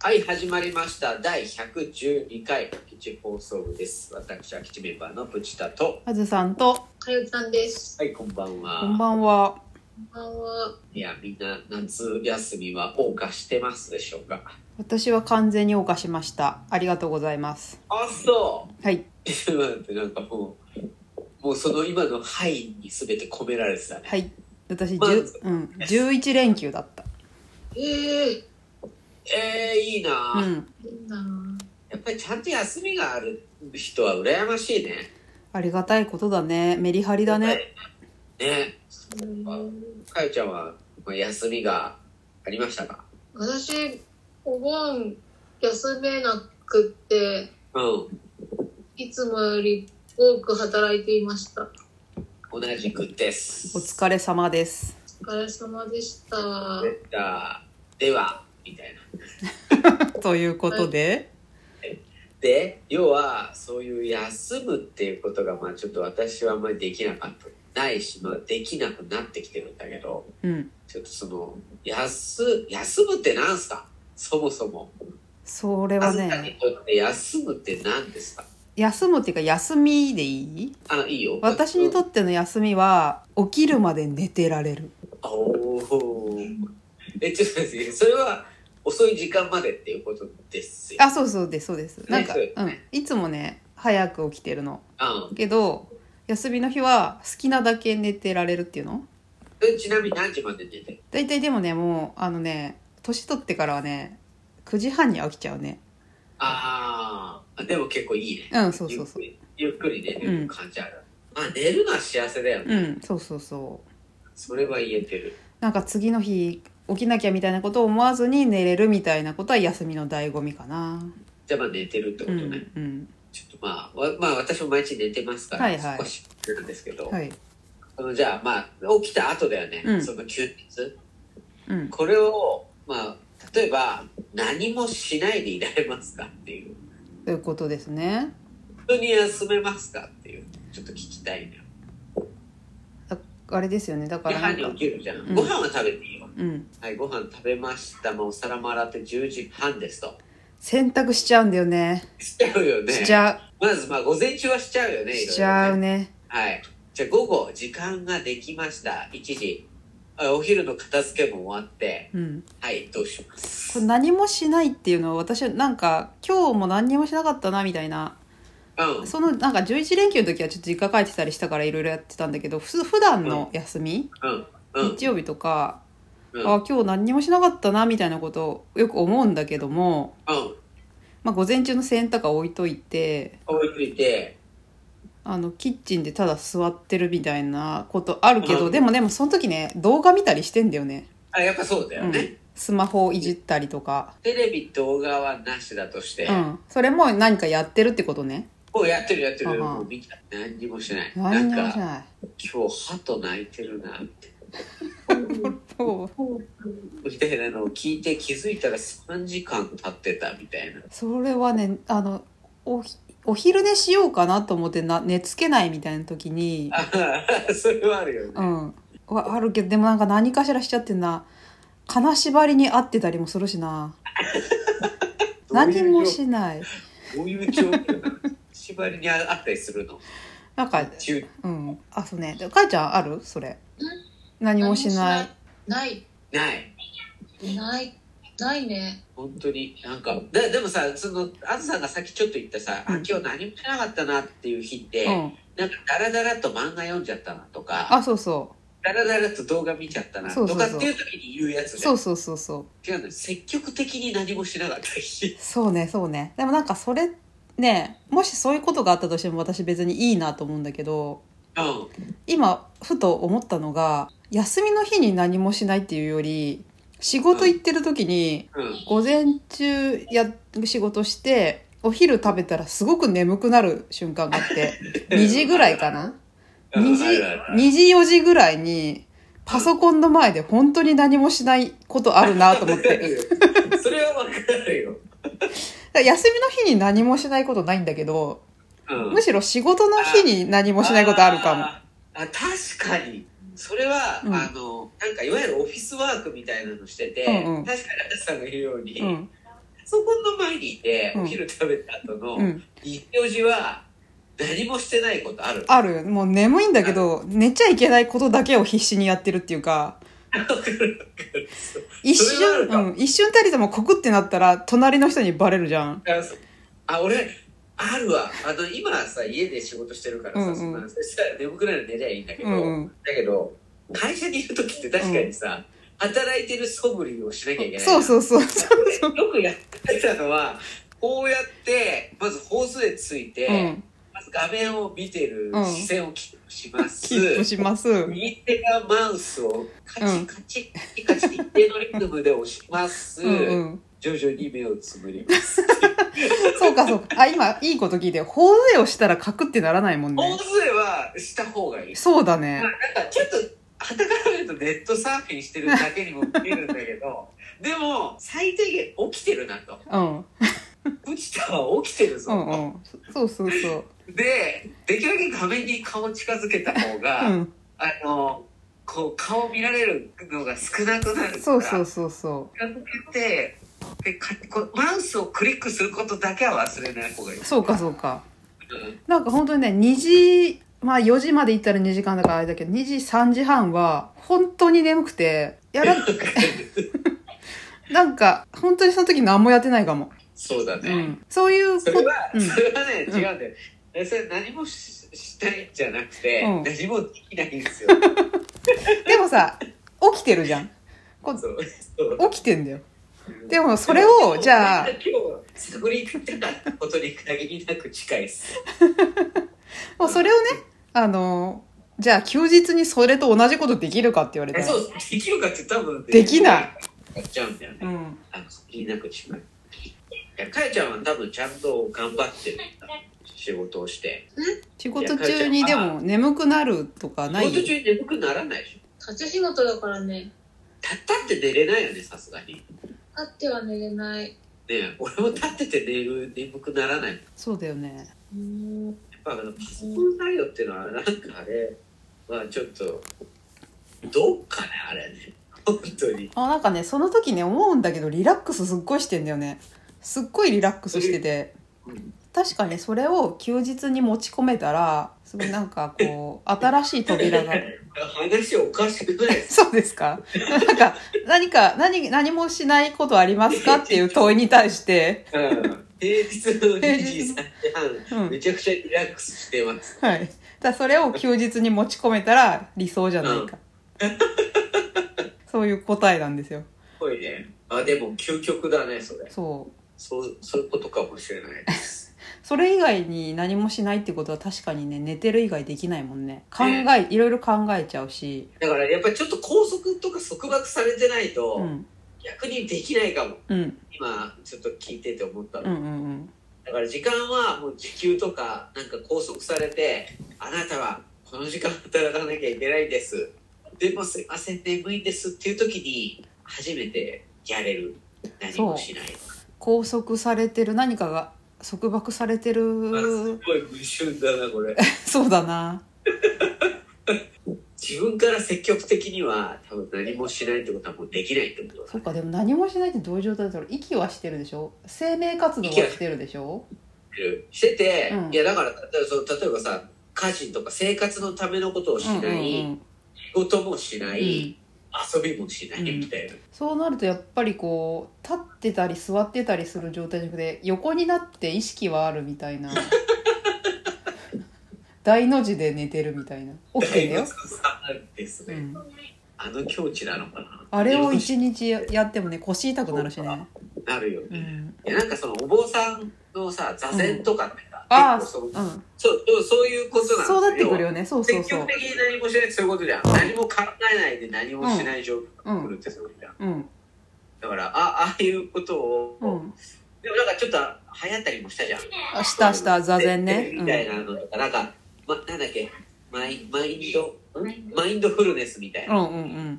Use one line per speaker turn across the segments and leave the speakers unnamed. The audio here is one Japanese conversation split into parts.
はい、始まりました。第112回、基地放送部です。私は基地メンバーのプチタと。
あずさんと、
はよさんです。
はい、こんばんは。
こんばんは。
こんばんは。
いや、みんな夏休みは謳歌してますでしょうか。
私は完全に謳歌しました。ありがとうございます。
あ、そ
はい。
う。 ちょっと待って、なんかもう、もうその今の範囲に全て込められてたね。
はい。私、
まあ
じゅうん、11連休だった。
ええ
えー、いいな、
う
ぁ
ん。
ー、いいな
やっぱりちゃんと休みがある人は羨ましいね。
ありがたいことだね。メリハリだね。。
ね。
ぁうん
かよちゃんは、まあ休みがありましたか
私、お盆休めなくって、
うん。
いつもより多く働いていました。
同じくです。
お疲れ様です。
お疲れ様でした。
でではみたいな
ということで、
で要はそういう休むっていうことがまあちょっと私はあんまりできなかったないし、まあ、できなくなってきてるんだけど
うん。
ちょっとその休休むってなんすかそもそも
それ
あ
は
ずさんに
ね、
とって休むって何ですか
休むっていうか、休みでいい
あいいよ
私にと
って
っての休みは、起きるまで寝てられる。
おーえちょっと待ってそれは遅い時間までっていうことですよ
あ、そうそうです、そうです。なんか、
ね
うん。いつもね、早く起きてるの。
あ
けど、休みの日は好きなだけ寝てられるっていうの
えちなみに何時まで寝てる
大体でもねもうあのね年取ってからはね9時半には起きちゃうね
ああでも結構いいね
うんそうそうそう
ゆっくりゆっくり寝
う
る
ん
感じある、まあ寝るのは幸せだよね、
うんそうそうそう
それは言えてる
なんか次の日起きなきゃみたいなことを思わずに寝れるみたいなことは休みの醍醐味かな
じゃあまあ寝てるってこ
う
とね、
んうん
ちょっとまあわまあ私も毎日寝てますから、
はいはい
少しなんですけど、
はい
そのじゃあまあ起きた後だよね、
うん
その休日
うん
これをまあ例えば何もしないでいられますかっていう
ということですね
本当に休めますかっていうちょっと聞きたいな
だあれですよねだか
ご
らな
飯
ん
に
か
起きるじゃん、
うん
ご飯は食べていいよ
うん
はいご飯食べました、まあ、お皿も洗って10時半ですと
洗濯しちゃうんだよね
しちゃうよね
しちゃ
まずまあ午前中はしちゃうよ
う
ね。いろいろね
しちゃうね
はい。じゃあ午後時間ができました。1時。あお昼の片付けも終わって、
うん
はい、どうします
これ何もしないっていうのは私はなんか今日も何にもしなかったなみたいな
うん。
そのなんか11連休の時はちょっと実家帰ってたりしたからいろいろやってたんだけど普通普段の休み、
うん。うん。
日曜日とか、
うん。うん。
あ今日何にもしなかったなみたいなことをよく思うんだけども、まあ、午前中の洗濯は置いといて
思いついて、
あのキッチンでただ座ってるみたいなことあるけど、
うん
でもでもその時ね動画見たりしてんだよね、
あ、やっぱそうだよ
う
ね。
ん、スマホをいじったりとか、
テレビ、動画はなしだとして、
うん、それも何かやってるってことね
もうやってるやって
うん
る。
うん
もう見た。何にもしない。
何に
な
も
ん
し
か、
ない
今日、鳩泣いてるな、
そう
みたいなのを聞いて気づいたら3時間経ってたみたいな。
それはねあのおひお昼寝しようかなと思ってな寝つけないみたいな時に
ああ、それはあるよね。
うんはあるけどでもなんか何かしらしちゃってんな金縛りに合ってたりもするしな何もしない
どういう状況なの縛りにあったりするの
なんか
中
うんあそうねでかえちゃんあるそれ何もしない。
ない。
ない
ない。ないね。
本当になんかででもさそのあずさんがさっきちょっと言ったさ、
うん
あ今日何もしなかったなっていう日って、
うん
なんかダラダラと漫画読んじゃったなとか
あそうそ
ダラダラと動画見ちゃったなと
そうそうそ
か
う
っていう時に言うや
う
つで
そうそうそうそう
違うのよ積極的に何もしなかった日
そうねそうねでもなんかそれねもしそういうことがあったとしても私別にいいなと思うんだけど
うん
今ふと思ったのが休みの日に何もしないっていうより仕事行ってる時に
うん
午前中や仕事してお昼食べたらすごく眠くなる瞬間があって 2時ぐらいかな
うん
2時
あるあるある
2時4時ぐらいにパソコンの前で本当に何もしないことあるなと思っ てだか
それはわかるよ、
ら休みの日に何もしないことないんだけど
うん、
むしろ仕事の日に何もしないことあるかも
あーあ確かにそれは、
うん
あのなんかいわゆるオフィスワークみたいなのしてて、
うんうん
確かにあなたさんが言うように、
うん
そこの前にいて、
うん
お昼食べた後の、
うん、
一行事は何もしてないことある
あるもう眠いんだけど寝ちゃいけないことだけを必死にやってるっていうか一
それはあ
瞬
る、か
うん、一瞬たりともコクってなったら隣の人にバレるじゃん
あ俺あるわあの今さ家で仕事してるからさ、
うんうん
そんなそしたら眠くなる寝りゃいいんだけど、
うんうん
だけど会社にいる時って確かにさ、働いてる素振りをしなきゃいけない
そうそうそうそう
よくやってたのはこうやってまず法数でついて、
う、うん、
まず画面を見てる視線をキープします、
キープします
右手がマウスをカチカチカチカチって一定のリズムで押します、
うんうん
徐々に目をつぶります
そうかそうかあ今いいこと聞いて頬杖をしたらカクってならないもん
大
ね
勢はした方がいい
そうだね
まあなんかちょっとはたから見るとネットサーフィンしてるだけにも見えるんだけどでも最低限起きてるなと
うん
藤田は起きてるぞ
う
と、
んうんそうそうそう
でできるだけ画面に顔近づけた方が、
うん
あのこう顔見られるのが少なくなるから
そうそうそうそ
近づけてでかこうマウスをクリックすることだけは忘れない方がいい、
うそうかそうか
うん
なんか本当にね2時まあ4時まで行ったら2時間だからあれだけど2時3時半は本当に眠くていやななんか本当にその時何もやってないかも、
そうだ
う
ね、
ん、そういう
そ
こ
れ
と
は、
うん
それはね、
うん
違うんだよ。えそれ何もししたいんじゃなくて、
うん
何もできないんですよ。
でもさ起きてるじゃんこ
そうそう
起きてんだよでもそれを
でも
じゃあ
今日、探りたかったことに限りなく近いです。
もうそれをねあのじゃあ休日にそれと同じことできるかって言われた
え
ら
そう、できるかって多分
できない。
やっちゃうんだよ
う
ね。
ん
あの、限りなく近い。いや、かやちゃんは多分ちゃんと頑張ってるんだ。仕事をして。
仕事中にでも眠くなるとかな
仕
い
事中に眠くならないでしょ。
立ち仕事だからね
立ったって寝れないよね、さすがに。ね
立っては寝れない
え俺も立ってて寝る、眠くならない。
そうだよね
うーん
まあ、あのパソコン作業っていうのはなんかあれまあちょっとどうかねあれね本当に
あなんかねその時ね思うんだけどリラックスすっごいしてんだよねすっごいリラックスしてて
うん
確かにそれを休日に持ち込めたらすごいなんかこ う新しい扉が
話おかしくないです
そうですかなんか何か何何もしないことありますかっていう問いに対して、
か、うん、平日の2時3時
う
半め
ん
ちゃくちゃリラックスしてます
はい、だそれを休日に持ち込めたら理想じゃないか、そういう答えなんですよ
すごいねあでも究極だねそれ
そう
そうそういうことかもしれないです
それ以外に何もしないってことは確かにね寝てる以外できないもんね考え、いろいろ考えちゃうし
だからやっぱりちょっと拘束とか束縛されてないと、
うん
逆にできないかも
うん
今ちょっと聞いてて思ったの、
うんうん
だから時間はもう時給とかなんか拘束されてあなたはこの時間働かなきゃいけないんですでもすいません眠いんですっていう時に初めてやれる何もしない、
拘束されてる何かが束縛されて
まあす
る
ごい矛盾だなこれ
そうだな
自分から積極的には多分何もしないってことはもうできないってこと
そっかでも何もしないってどういう状態だろう息はしてるでしょ生命活動はしてるでしょ
してて、
うん
いやだから例えばそう例えばさ家事とか生活のためのことをし
うんうんう
ない、
ん
仕事もしない、
うん
遊びもしないみたいな、
そうなるとやっぱりこう立ってたり座ってたりする状態じゃなくて横になって意識はあるみた いな大の字で寝てるみたいな起きてんだよ、
です
う
ね、
ん、
あの境地なのかな
あれを一日やってもね腰痛くなるしね、
なるよ
う
ね、
ん、
いやなんかそのお坊さんのさ座禅とかってさ、
うんあー
結構そう
うん、
そうそうそういうことなん
そうなってくる
よ
よねそうそう
積
そう
極、的に何もしないってそういうことじゃん何も考えないで何もしない状況が来るってそういうことじゃん
うん
だからあああいうことを、
うん、
でもなんかちょっと流行ったりもしたじゃん
あしたした座禅ね、
みたいなのとか、なんか、ま、なんだっけマイマインドんマインドフルネスみたいな
うん、うんうんうん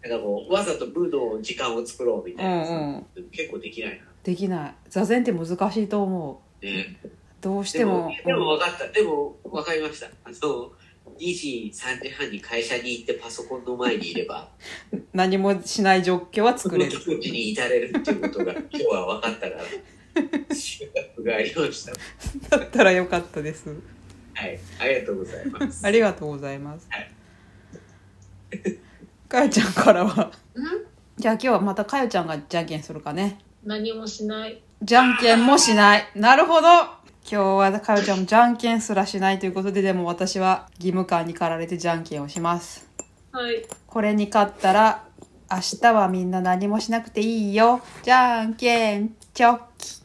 なんかこうわざと武道の時間を作ろうみたいなさ、
うんうん
結構できないな。
できない座禅って難しいと思う
ね、
どうしても
でもでも分かった。でも分かりました。あの2時3時半に会社に行ってパソコンの前にいれば
何もしない状況は
そ
作
の
れる
境地に至れるっていうことが今日は分かったから収穫がありました
だったらよかったです
はいありがとうございます
ありがとうございます
はい
かよちゃんからは
ん
じゃあ今日はまたかよちゃんがじゃんけんするかね
何もしない。
じゃんけんもしないなるほど今日はかよちゃんもじゃんけんすらしないということででも私は義務感に駆られてじゃんけんをします
はい。
これに勝ったら明日はみんな何もしなくていいよじゃんけんチョキ